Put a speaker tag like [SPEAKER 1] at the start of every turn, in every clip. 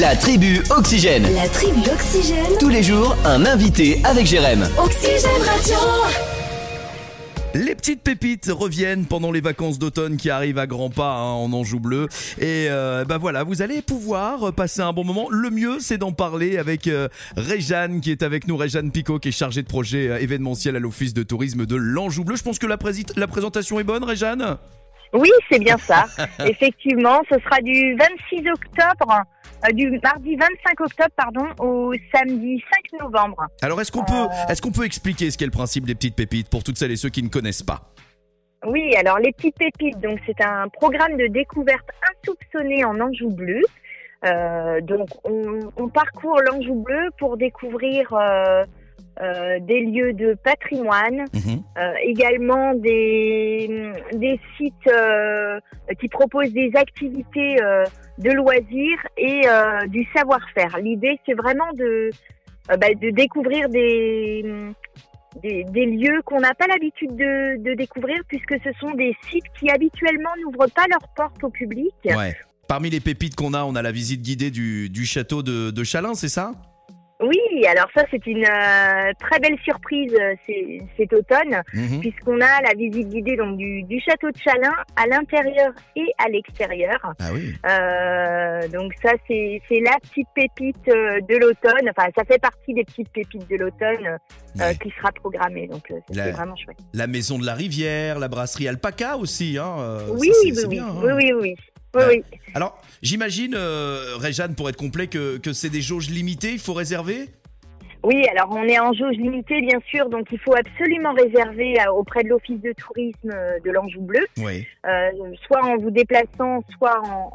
[SPEAKER 1] La tribu Oxygène.
[SPEAKER 2] La tribu Oxygène.
[SPEAKER 1] Tous les jours, un invité avec Jérém.
[SPEAKER 2] Oxygène Radio.
[SPEAKER 3] Les petites pépites reviennent pendant les vacances d'automne qui arrivent à grands pas hein, en Anjou bleu. Et euh, bah voilà, vous allez pouvoir euh, passer un bon moment. Le mieux, c'est d'en parler avec euh, Réjeanne qui est avec nous, Réjeanne Picot qui est chargée de projet euh, événementiel à l'Office de tourisme de l'Anjou bleu. Je pense que la, prési- la présentation est bonne, Réjeanne
[SPEAKER 4] Oui, c'est bien ça. Effectivement, ce sera du 26 octobre, euh, du mardi 25 octobre, pardon, au samedi 5 novembre.
[SPEAKER 3] Alors est-ce qu'on peut, est-ce qu'on peut expliquer ce qu'est le principe des petites pépites pour toutes celles et ceux qui ne connaissent pas
[SPEAKER 4] Oui, alors les petites pépites, donc c'est un programme de découverte insoupçonné en Anjou bleu. Euh, donc on, on parcourt l'Anjou bleu pour découvrir euh, euh, des lieux de patrimoine,
[SPEAKER 3] Mhm.
[SPEAKER 4] euh, également des, des sites euh, qui proposent des activités euh, de loisirs et euh, du savoir-faire. L'idée, c'est vraiment de, euh, bah, de découvrir des, des, des lieux qu'on n'a pas l'habitude de, de découvrir, puisque ce sont des sites qui habituellement n'ouvrent pas leurs portes au public.
[SPEAKER 3] Ouais. Parmi les pépites qu'on a, on a la visite guidée du, du château de, de Chalin, c'est ça
[SPEAKER 4] Oui, alors ça, c'est une euh, très belle surprise euh, c'est- cet automne.
[SPEAKER 3] Mhm.
[SPEAKER 4] puisqu'on a la visite guidée donc, du, du château de Chalin à l'intérieur et à l'extérieur.
[SPEAKER 3] Ah oui.
[SPEAKER 4] Euh, donc ça, c'est c'est la petite pépite euh, de l'automne. Enfin, ça fait partie des petites pépites de l'automne euh,
[SPEAKER 3] Ouais.
[SPEAKER 4] qui sera programmée. Donc euh, c'est
[SPEAKER 3] La-
[SPEAKER 4] c'est vraiment chouette.
[SPEAKER 3] La maison de la rivière, la brasserie Alpaca aussi. Hein, euh,
[SPEAKER 4] oui,
[SPEAKER 3] ça, c'est-
[SPEAKER 4] oui,
[SPEAKER 3] c'est
[SPEAKER 4] oui,
[SPEAKER 3] bien, hein.
[SPEAKER 4] oui, oui, oui, oui,
[SPEAKER 3] Ouais.
[SPEAKER 4] oui.
[SPEAKER 3] Alors, j'imagine, euh, Réjeanne, pour être complet, que, que c'est des jauges limitées, il faut réserver
[SPEAKER 4] Oui, alors on est en jauge limitée, bien sûr, donc il faut absolument réserver euh, auprès de l'Office de tourisme euh, de l'Anjou Bleu,
[SPEAKER 3] Oui.
[SPEAKER 4] euh, soit en vous déplaçant, soit en,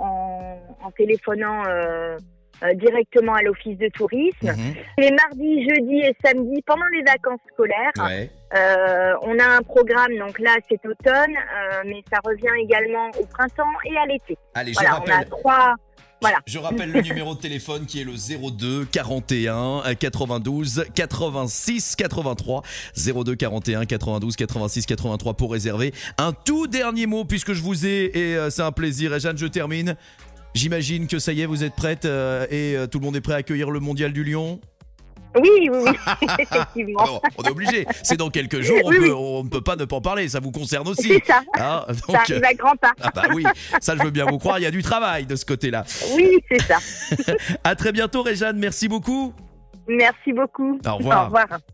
[SPEAKER 4] en- en téléphonant euh, euh, directement à l'Office de tourisme.
[SPEAKER 3] Mhm.
[SPEAKER 4] Les mardis, jeudis et samedis, pendant les vacances scolaires,
[SPEAKER 3] Ouais.
[SPEAKER 4] euh, on a un programme, donc là c'est automne, euh, mais ça revient également au printemps et à l'été.
[SPEAKER 3] Allez, je
[SPEAKER 4] Voilà, on a
[SPEAKER 3] rappelle.
[SPEAKER 4] trois... voilà.
[SPEAKER 3] Je rappelle le numéro de téléphone qui est le 02 41 92 86 83 02 41 92 86 83 pour réserver. Un tout dernier mot puisque je vous ai et euh, c'est un plaisir. Et Jeanne, je termine. J'imagine que ça y est, vous êtes prête euh, et euh, tout le monde est prêt à accueillir le Mondial du Lion.
[SPEAKER 4] Oui, oui, oui, effectivement.
[SPEAKER 3] Alors, on est obligé. C'est dans quelques jours. On,
[SPEAKER 4] Oui,
[SPEAKER 3] peut-
[SPEAKER 4] oui.
[SPEAKER 3] on ne peut pas ne pas en parler. Ça vous concerne aussi.
[SPEAKER 4] C'est ça,
[SPEAKER 3] Hein,
[SPEAKER 4] ça
[SPEAKER 3] donc, euh,
[SPEAKER 4] arrive à grands pas.
[SPEAKER 3] ah bah oui, ça je veux bien vous croire. Il y a du travail de ce côté-là.
[SPEAKER 4] Oui, c'est ça.
[SPEAKER 3] À très bientôt, Réjeanne. Merci beaucoup.
[SPEAKER 4] Merci beaucoup.
[SPEAKER 3] Au revoir.
[SPEAKER 4] Au revoir.